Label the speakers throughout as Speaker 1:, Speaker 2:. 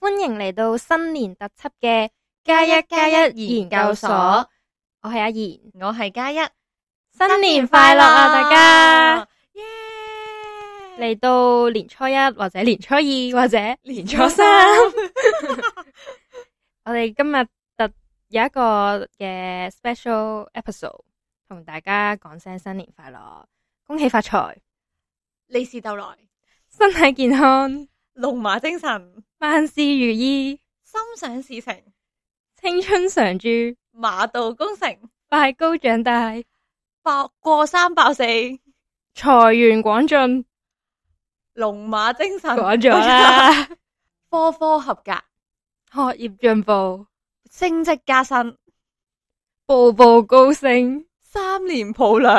Speaker 1: 嚟到新年特輯嘅加一加一研究所，我係阿妍，
Speaker 2: 我係加一，
Speaker 1: 新年快樂啊大家！
Speaker 2: 耶！
Speaker 1: 嚟到年初一或者年初二或 者年
Speaker 2: 初三，
Speaker 1: 我哋今日特有一個嘅 special episode，同大家講聲新年快樂，恭喜發財，
Speaker 2: 利是逗來，
Speaker 1: 身體健康，
Speaker 2: 龍馬精神，
Speaker 1: 萬事如意，
Speaker 2: 心想事成，
Speaker 1: 青春常駐，
Speaker 2: 馬到功成，
Speaker 1: 快高長大，
Speaker 2: 博過三爆四，
Speaker 1: 財源廣進，
Speaker 2: 龍馬精神，
Speaker 1: 講咗啦，
Speaker 2: 科科合格，
Speaker 1: 學業進步，
Speaker 2: 升職加薪，
Speaker 1: 步步高升，
Speaker 2: 三年抱兩，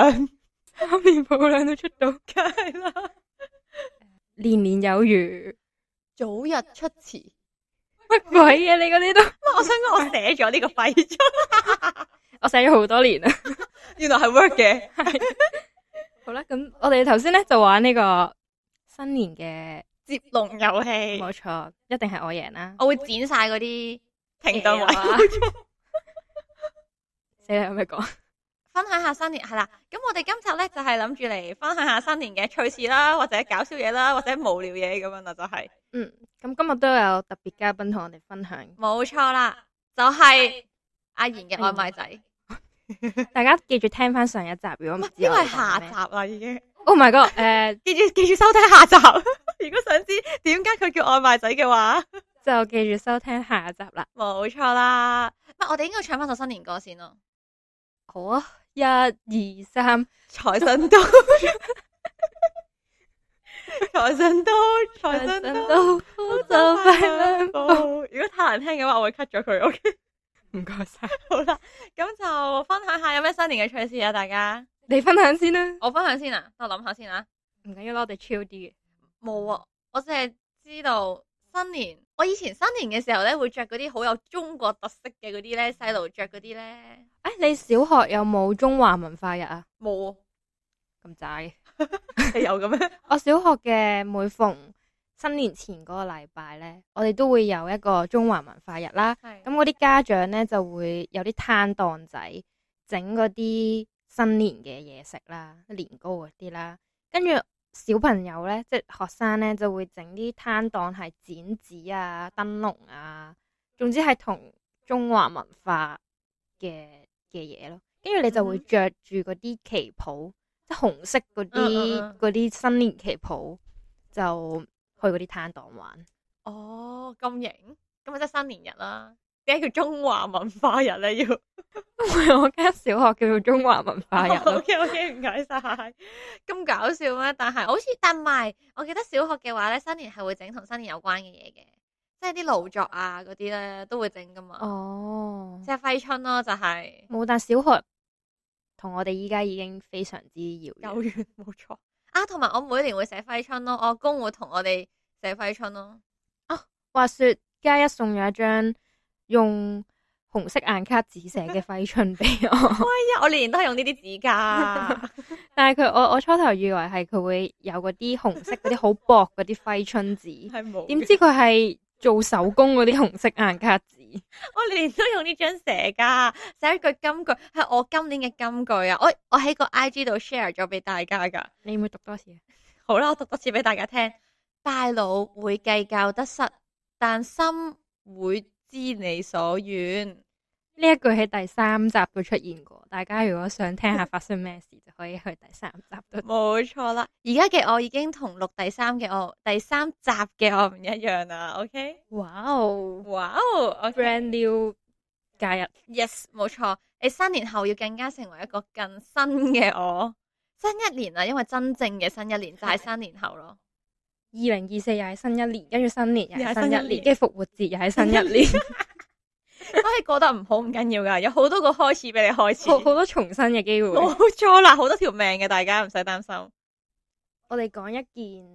Speaker 1: 三年抱兩都出到，
Speaker 2: 梗係啦，
Speaker 1: 年年有餘，
Speaker 2: 早日出詞。
Speaker 1: 乜鬼嘢、你嗰啲都，
Speaker 2: 我想講，我寫咗呢個廢出，
Speaker 1: 我寫咗好多年啦。 啊
Speaker 2: 原來係 work 嘅。
Speaker 1: 好啦，咁我哋頭先咧就玩呢個新年
Speaker 2: 接龍遊戲
Speaker 1: 嘅，，冇錯，一定係我贏啦。
Speaker 2: 我會剪晒嗰啲停頓
Speaker 1: 嘢啊
Speaker 2: 位，
Speaker 1: 死啦，有咩講？
Speaker 2: 分享下新年係啦。咁我哋今集咧就係諗住嚟分享下新年嘅趣事啦，或者搞笑嘢啦，或者無聊嘢咁樣啦，就係、
Speaker 1: 嗯，咁今日都有特別嘉賓同我哋分享，
Speaker 2: 冇錯啦，就係、嗯阿賢嘅外賣仔，
Speaker 1: 大家記住聽翻上一集，如果
Speaker 2: 唔
Speaker 1: 唔
Speaker 2: 係
Speaker 1: 知
Speaker 2: 呢
Speaker 1: 我
Speaker 2: 個係
Speaker 1: 哋
Speaker 2: 下
Speaker 1: 講咩
Speaker 2: 集啦已經，
Speaker 1: ，Oh my god，誒、
Speaker 2: 記住記住收聽下集。 如果想知點解佢叫外賣仔嘅話，
Speaker 1: 就記住收聽下一集啦。
Speaker 2: 冇錯啦。唔係我哋應該唱翻首新年歌先咯，
Speaker 1: 好啊，一二 三，
Speaker 2: 財神到，財神到，財神到。
Speaker 1: 都好走快兩步。
Speaker 2: 如果太難聽嘅話，我會 cut 咗佢。OK，
Speaker 1: 唔該晒，
Speaker 2: 好啦，咁就分享下有咩新年嘅趣事啊，大家。
Speaker 1: 你分享先啦。
Speaker 2: 我分享先啊，等我諗下先啊。
Speaker 1: 唔緊要啦，我哋超啲嘅。
Speaker 2: 冇啊，我淨係知道新年，我以前新年嘅時候咧，會着嗰啲好有中國特色嘅嗰啲咧，細路着嗰啲咧，
Speaker 1: 誒，哎你小學有冇中華文化日啊？
Speaker 2: 冇
Speaker 1: 咁滯。
Speaker 2: 啊，有嘅咩？
Speaker 1: 我小學嘅每逢新年前嗰個禮拜呢，我哋都會有一個中華文化日啦。
Speaker 2: 係
Speaker 1: 咁嗰啲家長呢，就會有啲攤檔仔整嗰啲新年嘅嘢食啦，年糕嗰啲啦。跟住小朋友呢，即係學生呢，就會整啲攤檔係剪紙啊、燈籠啊，總之係同中華文化嘅嘅嘢咯。跟住你就會
Speaker 2: 嗯
Speaker 1: 着住嗰啲旗袍，即係紅色嗰
Speaker 2: 嗯嗯
Speaker 1: 啲嗰啲新年旗袍，就去嗰啲攤檔玩。
Speaker 2: 哦，咁型，咁咪即係新年日啦。點解叫中華文化日咧？要？
Speaker 1: 我間小學叫做中華文化日
Speaker 2: O
Speaker 1: 咯。
Speaker 2: K O K，唔該晒。咁搞笑咩？但係好似但唔係，我記得小學嘅話咧，新年係會整同新年有關嘅嘢嘅，即係啲勞作啊嗰啲咧都會整噶嘛。
Speaker 1: 哦，
Speaker 2: 即係揮春咯，就係、
Speaker 1: 冇，但小學同我哋依家已經非常之遙
Speaker 2: 有
Speaker 1: 遠。
Speaker 2: 緣 冇錯啊。同埋我每年會寫揮春咯，我阿公會同我哋寫揮春咯。
Speaker 1: 話說加一送咗一張用紅色硬卡紙寫嘅揮春俾 我，
Speaker 2: 哎呀，我年年都係用呢啲紙噶，
Speaker 1: 但係佢我我初頭以為係佢會有嗰啲紅色嗰啲好薄嗰啲揮春 紙，
Speaker 2: 係 冇嘅。
Speaker 1: 點知佢係做手工嗰啲紅色硬卡紙。
Speaker 2: 我年年都用呢張寫噶，寫一句金句係我今年嘅金句啊！我我喺個 I G 度 share 咗俾大家噶。
Speaker 1: 你要唔要讀多次啊？
Speaker 2: 好啦，我讀多次俾大家聽。大腦會計較得失，但心會知你所願。
Speaker 1: 呢一句喺第三集都出現過，大家如果想聽 下發生咩事，就可以去第三集度。
Speaker 2: 冇錯啦，而家嘅我已經同錄第三嘅我、第三集嘅我唔一樣啦。OK，
Speaker 1: 哇哦
Speaker 2: 哇哦，OK，yes，
Speaker 1: ，brand new 加入，
Speaker 2: 冇錯。你新年後要更加成為一個更新嘅我，新一年啊啦，因為真正嘅新一年就係新年後咯。
Speaker 1: 二零二四又係新一年，跟住新年又
Speaker 2: 又係
Speaker 1: 係
Speaker 2: 新
Speaker 1: 新一
Speaker 2: 一年
Speaker 1: 年，跟住復活節又係新一 年，
Speaker 2: 所以過得唔好唔緊要噶，有好多個開始俾你開始。
Speaker 1: 好好多重生嘅機會。
Speaker 2: 冇錯啦，好多條命嘅，大家唔使擔心。
Speaker 1: 我哋講一件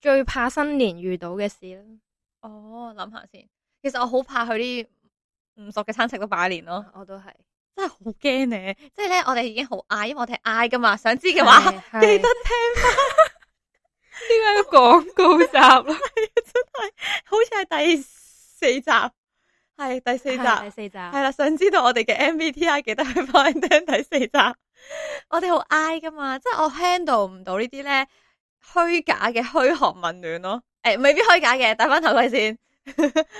Speaker 1: 最怕新年遇到嘅事啦，
Speaker 2: 哦，諗下先。其實我好怕去啲唔熟嘅親戚都拜年咯，
Speaker 1: 啊我都係。
Speaker 2: 真係好驚咧。即係咧，我哋已經好嗌，因為我哋係嗌噶嘛。想知嘅話，
Speaker 1: 係係
Speaker 2: 記得聽，
Speaker 1: 啊
Speaker 2: 啊
Speaker 1: 點解要廣告集咯？
Speaker 2: 好似係第四集，係第四集，
Speaker 1: 係第
Speaker 2: 係
Speaker 1: 四集，
Speaker 2: 啦。想知道我哋嘅 MBTI，記得去翻聽第四集。 我哋好 I 噶嘛，即係我 handle 唔到呢啲咧虛假嘅虛寒問暖咯。誒、未必虛假嘅，戴翻頭盔先。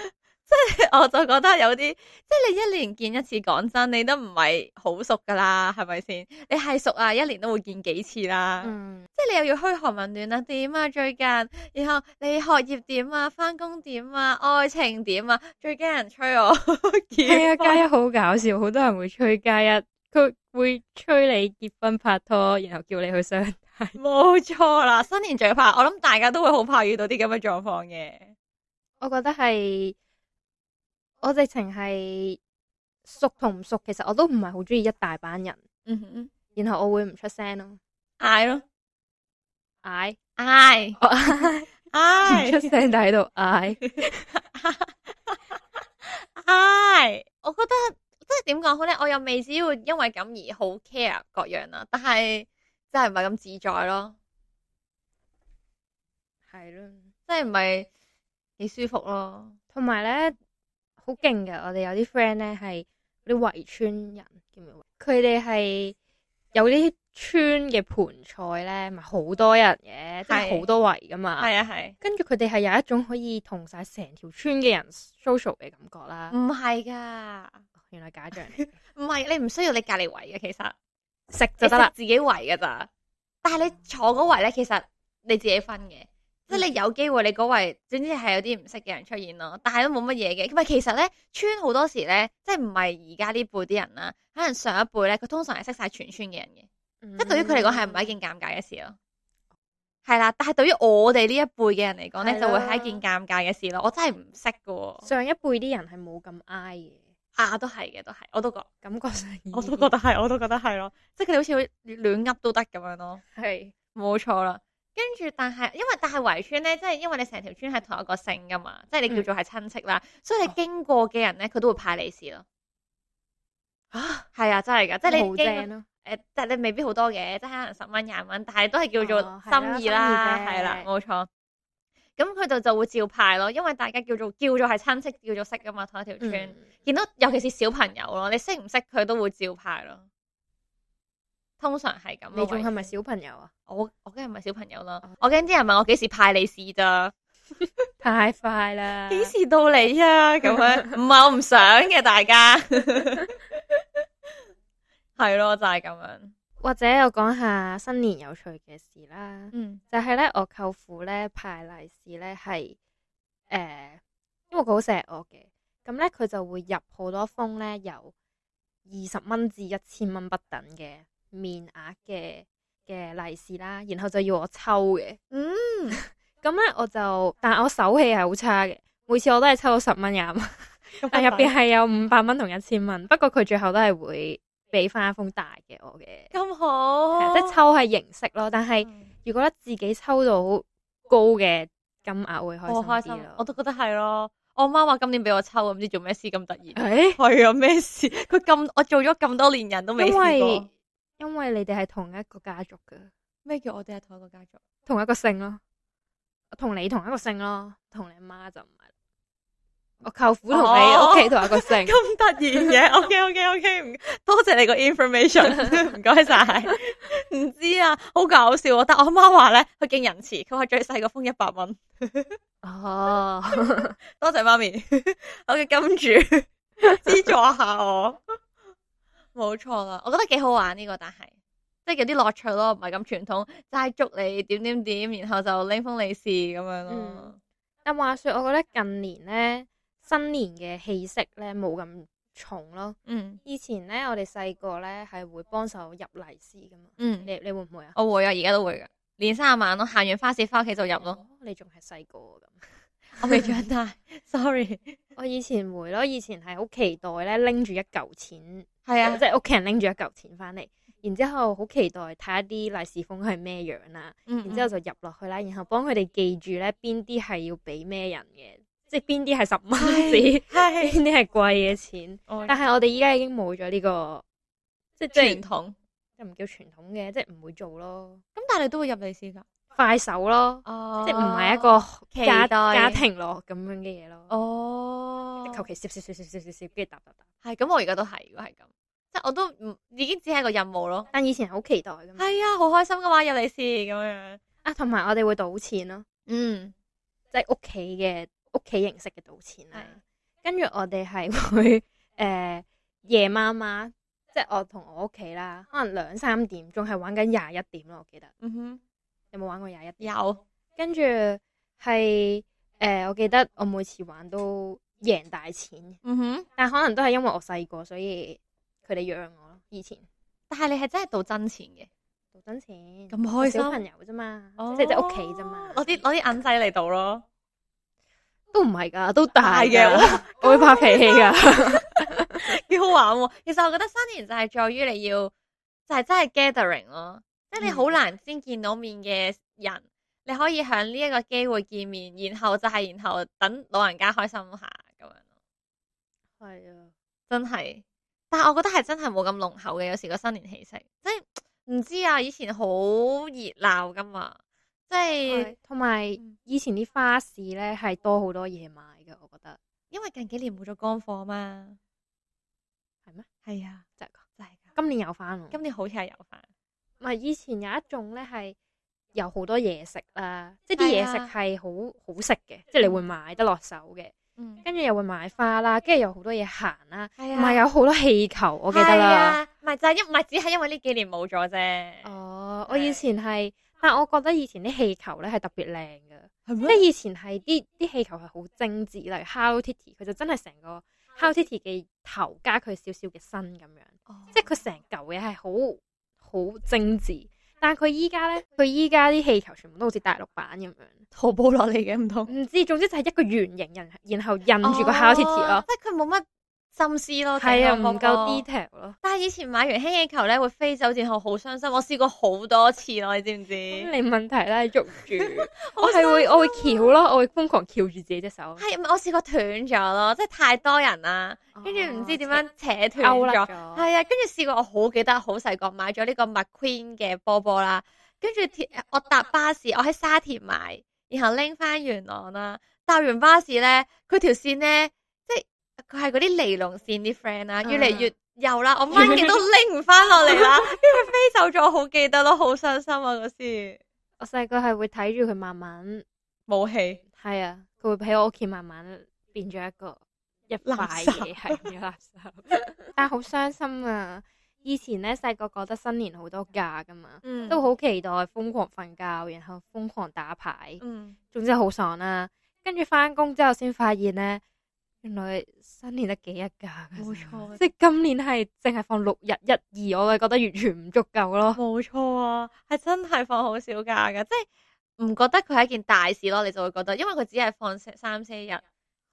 Speaker 2: 即係我就覺得有啲，即係你一年見一次，講真，你都唔係好熟噶啦，係咪先？你係熟啊，一年都會見幾次啦。
Speaker 1: 嗯，
Speaker 2: 即係你又要噓寒問暖啊，點啊最近，然後你學業點啊，翻工點啊，愛情點啊，最驚人催我
Speaker 1: 係
Speaker 2: 結
Speaker 1: 啊，加
Speaker 2: 婚，
Speaker 1: 一好搞笑，好多人會催加一，佢會催你結婚拍拖，然後叫你去相睇。
Speaker 2: 冇錯啦，新年最怕，我諗大家都會好怕遇到啲咁嘅狀況嘅，
Speaker 1: 我覺得係，我直情係熟同唔熟，其實我都唔係好中意一大班人，
Speaker 2: 嗯
Speaker 1: 然後我會唔出聲咯，
Speaker 2: 哼，嗌咯，
Speaker 1: 嗌，
Speaker 2: 嗌
Speaker 1: 我嗌， 唔出
Speaker 2: 嗌
Speaker 1: 聲，但喺度嗌。
Speaker 2: 嗌，我覺得即係點講好咧，我又未至於會因為咁而好 care 各樣啦，但係真係唔係咁自在咯，
Speaker 1: 係咯。
Speaker 2: 即係唔係幾舒服咯，
Speaker 1: 同埋咧，好勁嘅，我哋有啲 friend 咧係嗰啲圍村人，叫咩圍？佢哋係有啲村嘅盤菜咧，咪好多人嘅，即係
Speaker 2: 係
Speaker 1: 好多圍噶嘛。
Speaker 2: 係啊係。
Speaker 1: 跟住佢哋係有一種可以同晒成條村嘅人 social 嘅感覺啦。哦
Speaker 2: 唔係噶，
Speaker 1: 原來假象嚟嘅
Speaker 2: 唔係你唔需要你隔離圍嘅，其實
Speaker 1: 食就
Speaker 2: 你
Speaker 1: 得啦。
Speaker 2: 自己圍噶咋。但係你坐嗰圍咧，其實你自己分嘅，即係你有機會你嗰圍，總之係有啲唔識嘅人出現咯。但係都冇乜嘢嘅，唔係其實咧，村好多時咧，即係唔係而家呢輩啲人啦，可能上一輩咧，佢通常係識晒全村嘅人嘅，
Speaker 1: 嗯
Speaker 2: 即係對於佢嚟講係唔係一件尷尬嘅事咯。係啦，但係對於我哋呢一輩嘅人嚟講
Speaker 1: 係啦
Speaker 2: 咧，就會係一件尷尬嘅事咯。我真係唔識噶，
Speaker 1: 上一輩啲人係冇咁 I 嘅，
Speaker 2: 啊都係嘅，都係，我都覺。
Speaker 1: 感覺上
Speaker 2: 我都覺得係，我都覺得係咯，即係佢哋好似會亂噏都得咁樣咯，
Speaker 1: 係
Speaker 2: 冇錯啦。跟住但係因為但係圍村咧，即係因為你成條村係同一個姓噶嘛，即係
Speaker 1: 嗯
Speaker 2: 你叫做係親戚啦，所
Speaker 1: 哦
Speaker 2: 以你經過嘅人咧，佢都會派利是咯。
Speaker 1: 啊，
Speaker 2: 係啊，真係噶，
Speaker 1: 即係
Speaker 2: 即係你
Speaker 1: 好
Speaker 2: 經
Speaker 1: 正啊咯。
Speaker 2: 誒，但係你未必好多嘅，即係可能十蚊廿蚊，但係都係叫
Speaker 1: 哦係
Speaker 2: 做
Speaker 1: 啦
Speaker 2: 心意啦，
Speaker 1: 心意啫
Speaker 2: 係啦，冇錯。咁佢就就會照派咯，因為大家叫做叫做係親戚，叫做識噶嘛，同一條村。
Speaker 1: 嗯
Speaker 2: 見到尤其是小朋友咯，你識唔識佢都會照派咯。通常係咁咯。
Speaker 1: 你仲係咪
Speaker 2: 圍村？
Speaker 1: 小朋友啊？
Speaker 2: 我我梗係唔係小朋友啦
Speaker 1: 哦，
Speaker 2: 我驚啲人問我幾時派利是咋？
Speaker 1: 太快啦！
Speaker 2: 幾時到你啊？咁樣唔係我唔想嘅，大家係咯，就係咁樣。
Speaker 1: 或者我講下新年有趣嘅事啦，
Speaker 2: 嗯
Speaker 1: 就係咧我舅父咧派利是咧係誒，因為佢好錫我嘅，咁咧佢就會入好多封咧由二十蚊至一千蚊不等嘅面額嘅嘅利是啦，然後就要我抽嘅，
Speaker 2: 嗯，
Speaker 1: 咁咧我就但係我手氣係好差嘅，每次我都係抽到十蚊廿蚊，但
Speaker 2: 啊
Speaker 1: 入邊係有五百蚊同一千蚊，不過佢最後都係會俾翻一封大嘅我嘅。
Speaker 2: 咁
Speaker 1: 係
Speaker 2: 好
Speaker 1: 啊，即係抽係形式咯。但係
Speaker 2: 哦嗯
Speaker 1: 如果咧自己抽到高嘅金額會
Speaker 2: 我好
Speaker 1: 開
Speaker 2: 開
Speaker 1: 心啲
Speaker 2: 心
Speaker 1: 咯，。
Speaker 2: 我都覺得係咯。我媽話今年俾我抽，唔知做咩事咁突然。
Speaker 1: 誒，
Speaker 2: 係啊，咩事？佢咁我做咗咁多年人都未
Speaker 1: 因
Speaker 2: 試
Speaker 1: 為
Speaker 2: 過。
Speaker 1: 因為你哋係同一個家族嘅，
Speaker 2: 咩叫我哋係同一個家族？
Speaker 1: 同一個姓咯，我同你同一個姓咯，同你媽就唔係。我舅父同你
Speaker 2: 哦
Speaker 1: 屋企同一個 姓，
Speaker 2: 咁突然嘅，OK OK OK，唔多謝你個 information，唔 該晒。唔知啊，好搞笑啊！但我媽話咧，佢勁仁慈，佢話最細個封一百蚊，
Speaker 1: 哦，
Speaker 2: 多謝媽咪， 我嘅金主 資助下我，冇錯啦，我覺得幾好玩呢、個，但係即係有啲樂趣咯，唔係咁傳統，齋祝你點點點，然後就拎封利是咁樣咯。
Speaker 1: 嗯但話說，我覺得近年咧新年嘅氣息咧冇咁重咯。
Speaker 2: 嗯
Speaker 1: 以前咧我哋細個咧係會幫手入利是噶嘛，
Speaker 2: 嗯，
Speaker 1: 你你會唔會啊？
Speaker 2: 我會啊，而家都會噶，年卅晚咯，行完花市翻屋企就入咯，
Speaker 1: 哦你仲係細個咁。
Speaker 2: 我未長大，sorry。
Speaker 1: 我以前會咯，以前係好期待咧，拎住一嚿錢，
Speaker 2: 係啊
Speaker 1: 即，係屋企人拎住一嚿錢翻嚟，然之後好期待睇下啲利是封係咩樣啦，
Speaker 2: 然
Speaker 1: 然之後就入落去啦，然後幫佢哋記住咧邊啲係要俾咩人嘅，即係邊啲係十蚊紙，邊
Speaker 2: 係
Speaker 1: 啲係貴嘅錢。但係我哋依家已經冇咗呢個，即係即
Speaker 2: 傳
Speaker 1: 係
Speaker 2: 統。
Speaker 1: 即係唔叫傳統嘅，即係唔會做咯，
Speaker 2: 咁但係你都會入利是噶，
Speaker 1: 快手咯，
Speaker 2: 哦
Speaker 1: 即係唔係一個
Speaker 2: 期
Speaker 1: 家
Speaker 2: 待
Speaker 1: 家庭樂咁樣嘅嘢咯。
Speaker 2: 哦。
Speaker 1: 係求其攝攝攝攝攝攝攝，跟住搭搭搭。
Speaker 2: 係咁，我而家都係，如果係咁，即係我都唔已經只係一個任務咯。
Speaker 1: 但以前係好期待噶嘛，
Speaker 2: 係啊，好開心噶嘛，入嚟試咁樣。
Speaker 1: 啊，同埋我哋會賭錢咯，
Speaker 2: 嗯，
Speaker 1: 即係屋企嘅屋企形式嘅賭錢啦
Speaker 2: 係。
Speaker 1: 跟住我哋係會 誒夜媽媽，即係我同我屋企啦，可能兩三點鐘係玩緊廿一點咯，我記得。
Speaker 2: 嗯哼，
Speaker 1: 有冇玩過廿一點？
Speaker 2: 有，
Speaker 1: 跟住係誒，我記得我每次玩都贏大錢，
Speaker 2: 嗯哼，
Speaker 1: 但可能都係因為我細個，所以佢哋讓我咯。以前
Speaker 2: 但係你係真係到真錢嘅，
Speaker 1: 賭真錢，
Speaker 2: 咁開心
Speaker 1: 小朋友啫嘛，
Speaker 2: 哦
Speaker 1: 即係即係屋企啫嘛，
Speaker 2: 攞啲攞啲銀仔嚟賭咯。
Speaker 1: 都唔 係啊㗎，都大
Speaker 2: 大嘅
Speaker 1: 嘅，我會發脾氣㗎。
Speaker 2: 幾好玩喎、其實我覺得新年就係在於你要就係、真係 gathering 咯，即係你好難先見到面嘅人，你可以喺呢一個機會見面，然後就係、然後等老人家開心下咁樣咯，
Speaker 1: 係啊，
Speaker 2: 真係。但係我覺得係真係冇咁濃厚嘅，有時個新年氣息，即係唔知啊，以前好熱鬧噶嘛，即係嗯
Speaker 1: 係同埋以前啲花市咧係多好多嘢買㗎，我覺得
Speaker 2: 因為近幾年冇咗乾貨嘛，
Speaker 1: 係咩？
Speaker 2: 係啊，
Speaker 1: 真係㗎
Speaker 2: 就係咁。
Speaker 1: 今年有翻喎。
Speaker 2: 今年好似係有翻，
Speaker 1: 唔係以前有一種咧係有好多嘢食啦，即係啲嘢食
Speaker 2: 係啊
Speaker 1: 係好好食嘅，即係你會買得落手嘅，
Speaker 2: 嗯，
Speaker 1: 跟住又會買花啦，跟住有好多嘢行啦，
Speaker 2: 係啊
Speaker 1: 同埋有好多氣球，我記得
Speaker 2: 係
Speaker 1: 啦。
Speaker 2: 啊，唔係就係因唔係只係因為呢幾年冇咗啫。
Speaker 1: 哦，
Speaker 2: 係啊
Speaker 1: 我以前係，但我覺得以前啲氣球咧係特別靚嘅，
Speaker 2: 係
Speaker 1: 即？係以前係啲啲氣球係好精緻，例如 Hello Kitty，佢就真係成個 Hello Kitty 嘅頭加佢少少嘅身咁樣。哦
Speaker 2: 嗯
Speaker 1: 即係佢成嚿嘢係好好精緻，但係佢依家咧，佢依家啲氣球全部都好似大陸版咁樣，
Speaker 2: 淘寶落嚟嘅唔同，
Speaker 1: 唔知，總之就係一個圓形人，然後印
Speaker 2: 哦
Speaker 1: 住個 Hello Kitty 咯，
Speaker 2: 嗯即係佢冇乜心思咯。
Speaker 1: 啊係啊，
Speaker 2: 整個
Speaker 1: 唔
Speaker 2: 嗰個
Speaker 1: 夠。detail 咯。
Speaker 2: 但係以前買完氫氣球咧會飛走，然後好傷心。我試過好多次咯，你知唔知？
Speaker 1: 咁你問題咧捉唔住，
Speaker 2: 好啊
Speaker 1: 我係會
Speaker 2: 傷
Speaker 1: 我會翹咯，我會瘋狂翹住自己隻手，
Speaker 2: 係唔係我試過斷咗咯，即係太多人啦，跟住唔知點樣扯斷
Speaker 1: 哦勾
Speaker 2: 咗
Speaker 1: 甩。
Speaker 2: 係
Speaker 1: 咗。
Speaker 2: 啊，跟住試過我好記得好細個買咗呢個 McQueen 嘅波波啦，跟住
Speaker 1: 嗯
Speaker 2: 鐵我搭巴士，我喺沙田買，然後拎翻元朗啦。搭完巴士咧，佢條線咧，即係佢係嗰啲尼龍線啲 friend 啦，
Speaker 1: 嗯
Speaker 2: 越嚟越 幼啦，我掹極都拎唔翻落嚟啦，跟住飛走咗，我好記得咯，好傷心啊嗰時，
Speaker 1: 我細個係會睇住佢慢慢，
Speaker 2: 冇氣。
Speaker 1: 係啊，佢會喺我屋企慢慢變咗一個一塊
Speaker 2: 垃
Speaker 1: 嘢，係嘅垃 圾。但係好傷心啊！以前咧細個覺得新年好多假噶嘛，
Speaker 2: 嗯
Speaker 1: 都好期待瘋狂瞓覺，然後瘋狂打牌，
Speaker 2: 嗯，
Speaker 1: 總之好爽啦、跟住翻工之後先發現咧，原來新年得幾日假㗎啫
Speaker 2: 冇錯
Speaker 1: 即係今年係淨係放六日一二，我係覺得完全唔足夠咯。
Speaker 2: 冇錯啊，係真係放好少假噶，即係唔覺得佢係一件大事咯，你就會覺得，因為佢只係放四三四日。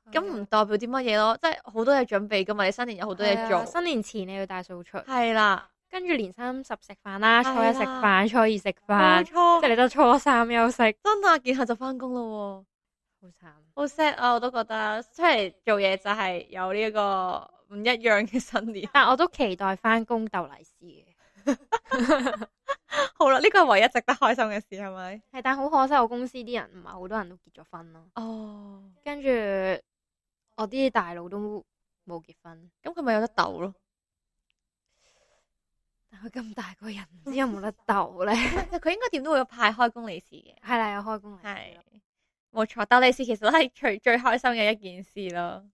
Speaker 2: 咁唔代表啲乜嘢咯，即係好多嘢準備噶嘛，你新年有好多嘢
Speaker 1: 係啊
Speaker 2: 做，
Speaker 1: 新年前你要大掃除，
Speaker 2: 係啦，
Speaker 1: 跟住年三十食飯啦，
Speaker 2: 係
Speaker 1: 初
Speaker 2: 啦啊
Speaker 1: 一食飯，初二食
Speaker 2: 冇
Speaker 1: 飯，即係
Speaker 2: 錯，
Speaker 1: 你得初三休息，
Speaker 2: 真啊，然後就翻工咯
Speaker 1: 好慘。
Speaker 2: 喎，好 sad 啊，我都覺得出嚟做嘢就係有呢一個唔一樣嘅新年。
Speaker 1: 但我都期待翻工鬥利是嘅，
Speaker 2: 好啦，呢個係唯一值得開心嘅事係咪？
Speaker 1: 係但好可惜，我公司啲人唔係好多人都結咗婚咯，
Speaker 2: 哦，
Speaker 1: 跟住我啲大佬都冇結婚，
Speaker 2: 咁佢咪有得鬥咯，
Speaker 1: 但佢咁大個人，唔知有冇得鬥 咧？
Speaker 2: 佢應該點都會有派開工利是嘅，
Speaker 1: 係啦，有開工利是
Speaker 2: 係
Speaker 1: 咯。
Speaker 2: 冇錯，鬥利是其實都係最最開心嘅一件事咯。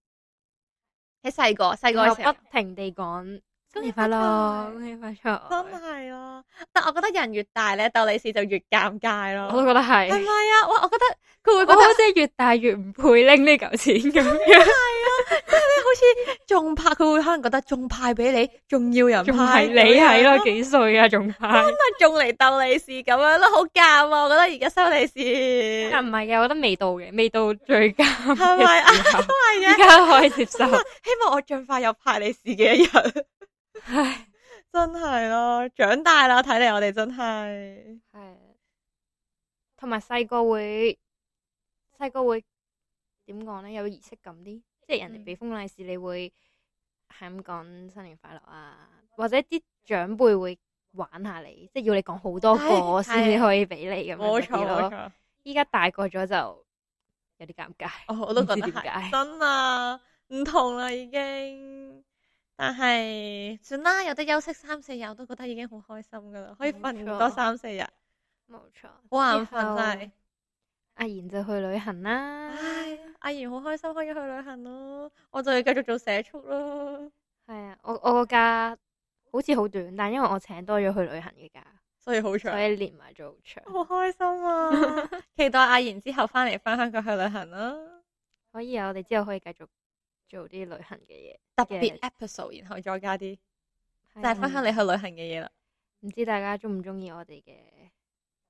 Speaker 2: 喺細個細個
Speaker 1: 然後
Speaker 2: 嘅時候。
Speaker 1: 不停地講
Speaker 2: 恭
Speaker 1: 恭
Speaker 2: 喜
Speaker 1: 喜快樂，
Speaker 2: 發財
Speaker 1: 恭喜發財，
Speaker 2: 真係咯，但我覺得人越大咧，鬥利是就越尷尬
Speaker 1: 我
Speaker 2: 咯
Speaker 1: 都。覺得
Speaker 2: 係
Speaker 1: 係
Speaker 2: 咪。啊？哇，我覺得佢
Speaker 1: 我
Speaker 2: 會覺
Speaker 1: 好
Speaker 2: 得
Speaker 1: 似係越大越唔配拎呢嚿錢咁樣，
Speaker 2: 好似仲派，佢會可能覺得仲派俾你，仲要人
Speaker 1: 仲係
Speaker 2: 派
Speaker 1: 你係咯，幾歲啊？仲派？
Speaker 2: 仲嚟鬥利是咁樣咯，好尷啊！我覺得而家收利是
Speaker 1: 但唔係嘅，我覺得未到嘅，未到最佳嘅
Speaker 2: 係咪啊
Speaker 1: 時 候，
Speaker 2: 係
Speaker 1: 依
Speaker 2: 啊，
Speaker 1: 家可以接受。
Speaker 2: 希望我盡快有派利是嘅一日。
Speaker 1: 唉，
Speaker 2: 真係咯，長大啦，睇嚟我哋真係
Speaker 1: 係。同埋細個會，細個會點講咧？有儀式感啲，即係人
Speaker 2: 嗯
Speaker 1: 哋俾封利是，你會係咁講新年快樂啊，或者啲長輩會玩下你，即係要你講好多個
Speaker 2: 係係
Speaker 1: 先至可以俾你咁
Speaker 2: 冇
Speaker 1: 樣嗰
Speaker 2: 錯啊
Speaker 1: 啲
Speaker 2: 冇
Speaker 1: 咯。
Speaker 2: 錯。
Speaker 1: 依家大個咗就有啲尷尬。
Speaker 2: 哦我我都覺得
Speaker 1: 唔知點
Speaker 2: 係
Speaker 1: 解
Speaker 2: 真啊！唔同啦已經。但係算啦，有得休息三四日，我都覺得已經好開心噶啦，可以
Speaker 1: 冇
Speaker 2: 瞓
Speaker 1: 錯
Speaker 2: 多三四日，
Speaker 1: 冇錯，
Speaker 2: 好眼
Speaker 1: 之後
Speaker 2: 瞓真係。
Speaker 1: 阿賢就去旅行啦，
Speaker 2: 唉，阿賢好開心可以去旅行咯，我就要繼續做社畜咯，
Speaker 1: 係啊，我我個假好似好短，但因為我請多咗去旅行嘅假，
Speaker 2: 所以好長
Speaker 1: 所，以連埋咗好長，
Speaker 2: 好開心啊！ 期待阿賢之後翻嚟翻香港去旅行啦，
Speaker 1: 可以啊，我哋之後可以繼續做啲旅行嘅嘢，
Speaker 2: 特
Speaker 1: 別
Speaker 2: episode，然後再加啲
Speaker 1: 就
Speaker 2: 就係分享你去旅行嘅嘢啦，
Speaker 1: 啊唔知大家中唔中意我哋嘅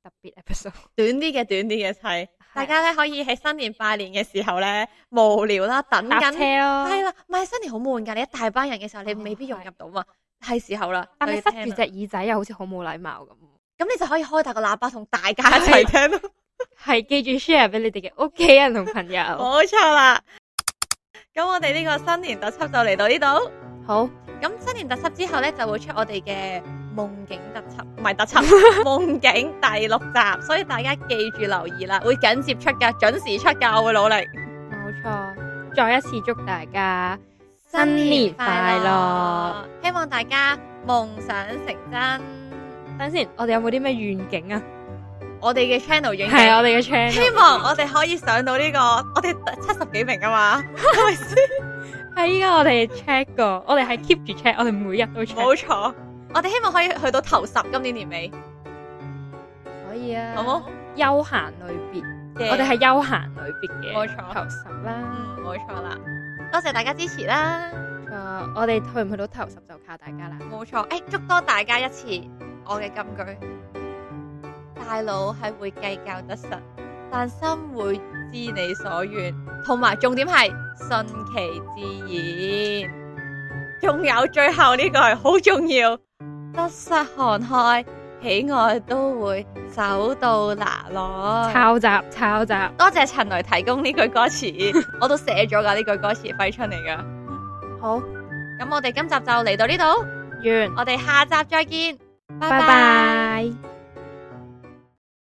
Speaker 1: 特別 episode？啊
Speaker 2: 短啲嘅短啲嘅砌，大家咧可以喺新年拜年嘅時候咧無聊啦，等
Speaker 1: 搭
Speaker 2: 緊
Speaker 1: 車。咯，
Speaker 2: 系啦，唔系新年好悶㗎，你一大班人嘅時候，你未必融入到嘛，係時候啦。
Speaker 1: 但係
Speaker 2: 就要
Speaker 1: 塞住隻
Speaker 2: 聽啦
Speaker 1: 耳仔又好似好冇禮貌咁。
Speaker 2: 咁你就可以開大個喇叭同大家一 齊聽咯。
Speaker 1: 係記住 share 俾你哋嘅屋企人同朋友。
Speaker 2: 冇錯啦。咁我哋
Speaker 1: 嗯
Speaker 2: 呢個新年特輯就嚟到呢度。
Speaker 1: 好，
Speaker 2: 咁新年特輯之後咧，就會出我哋嘅夢境特輯，唔係 特輯，夢境第六集。所以大家記住留意啦，會緊接出㗎，準時出㗎，我會努力。
Speaker 1: 冇錯，再一次祝大家新年快樂！
Speaker 2: 希望大家夢想成真。
Speaker 1: 等先，我哋有冇啲咩願景啊？
Speaker 2: 我哋嘅 channel 影
Speaker 1: 係啊我
Speaker 2: 響。
Speaker 1: 哋嘅 channel
Speaker 2: 希望我哋可以上到呢、個，我哋七十幾名啊 嘛，係咪先？
Speaker 1: 係依家我哋 check 過，我哋係 keep 住 check，我哋每日都 check。
Speaker 2: 冇錯，我哋希望可以去到頭十，今年年尾，
Speaker 1: 可以啊，
Speaker 2: 好冇？
Speaker 1: 休閒類別，我哋係休閒類別嘅，
Speaker 2: 冇錯
Speaker 1: 頭十啦。
Speaker 2: 嗯冇錯啦，多謝大家支持啦，
Speaker 1: 誒，我哋去唔去到頭十就靠大家啦。
Speaker 2: 冇錯，誒、祝多大家一次我嘅金句，大腦係會計較得失，但心會知你所願，同埋重點係順其自然。仲有最後呢句好重要，得失看開，喜愛都會手到拿來。
Speaker 1: 抄襲，抄襲。
Speaker 2: 多謝陳雷提供呢句歌詞，我都寫咗噶呢句歌詞，揮春嚟噶。
Speaker 1: 好，
Speaker 2: 咁我哋今集就嚟到呢度，
Speaker 1: 完，
Speaker 2: 我哋下集再見，
Speaker 1: 拜
Speaker 2: 拜拜
Speaker 1: 拜。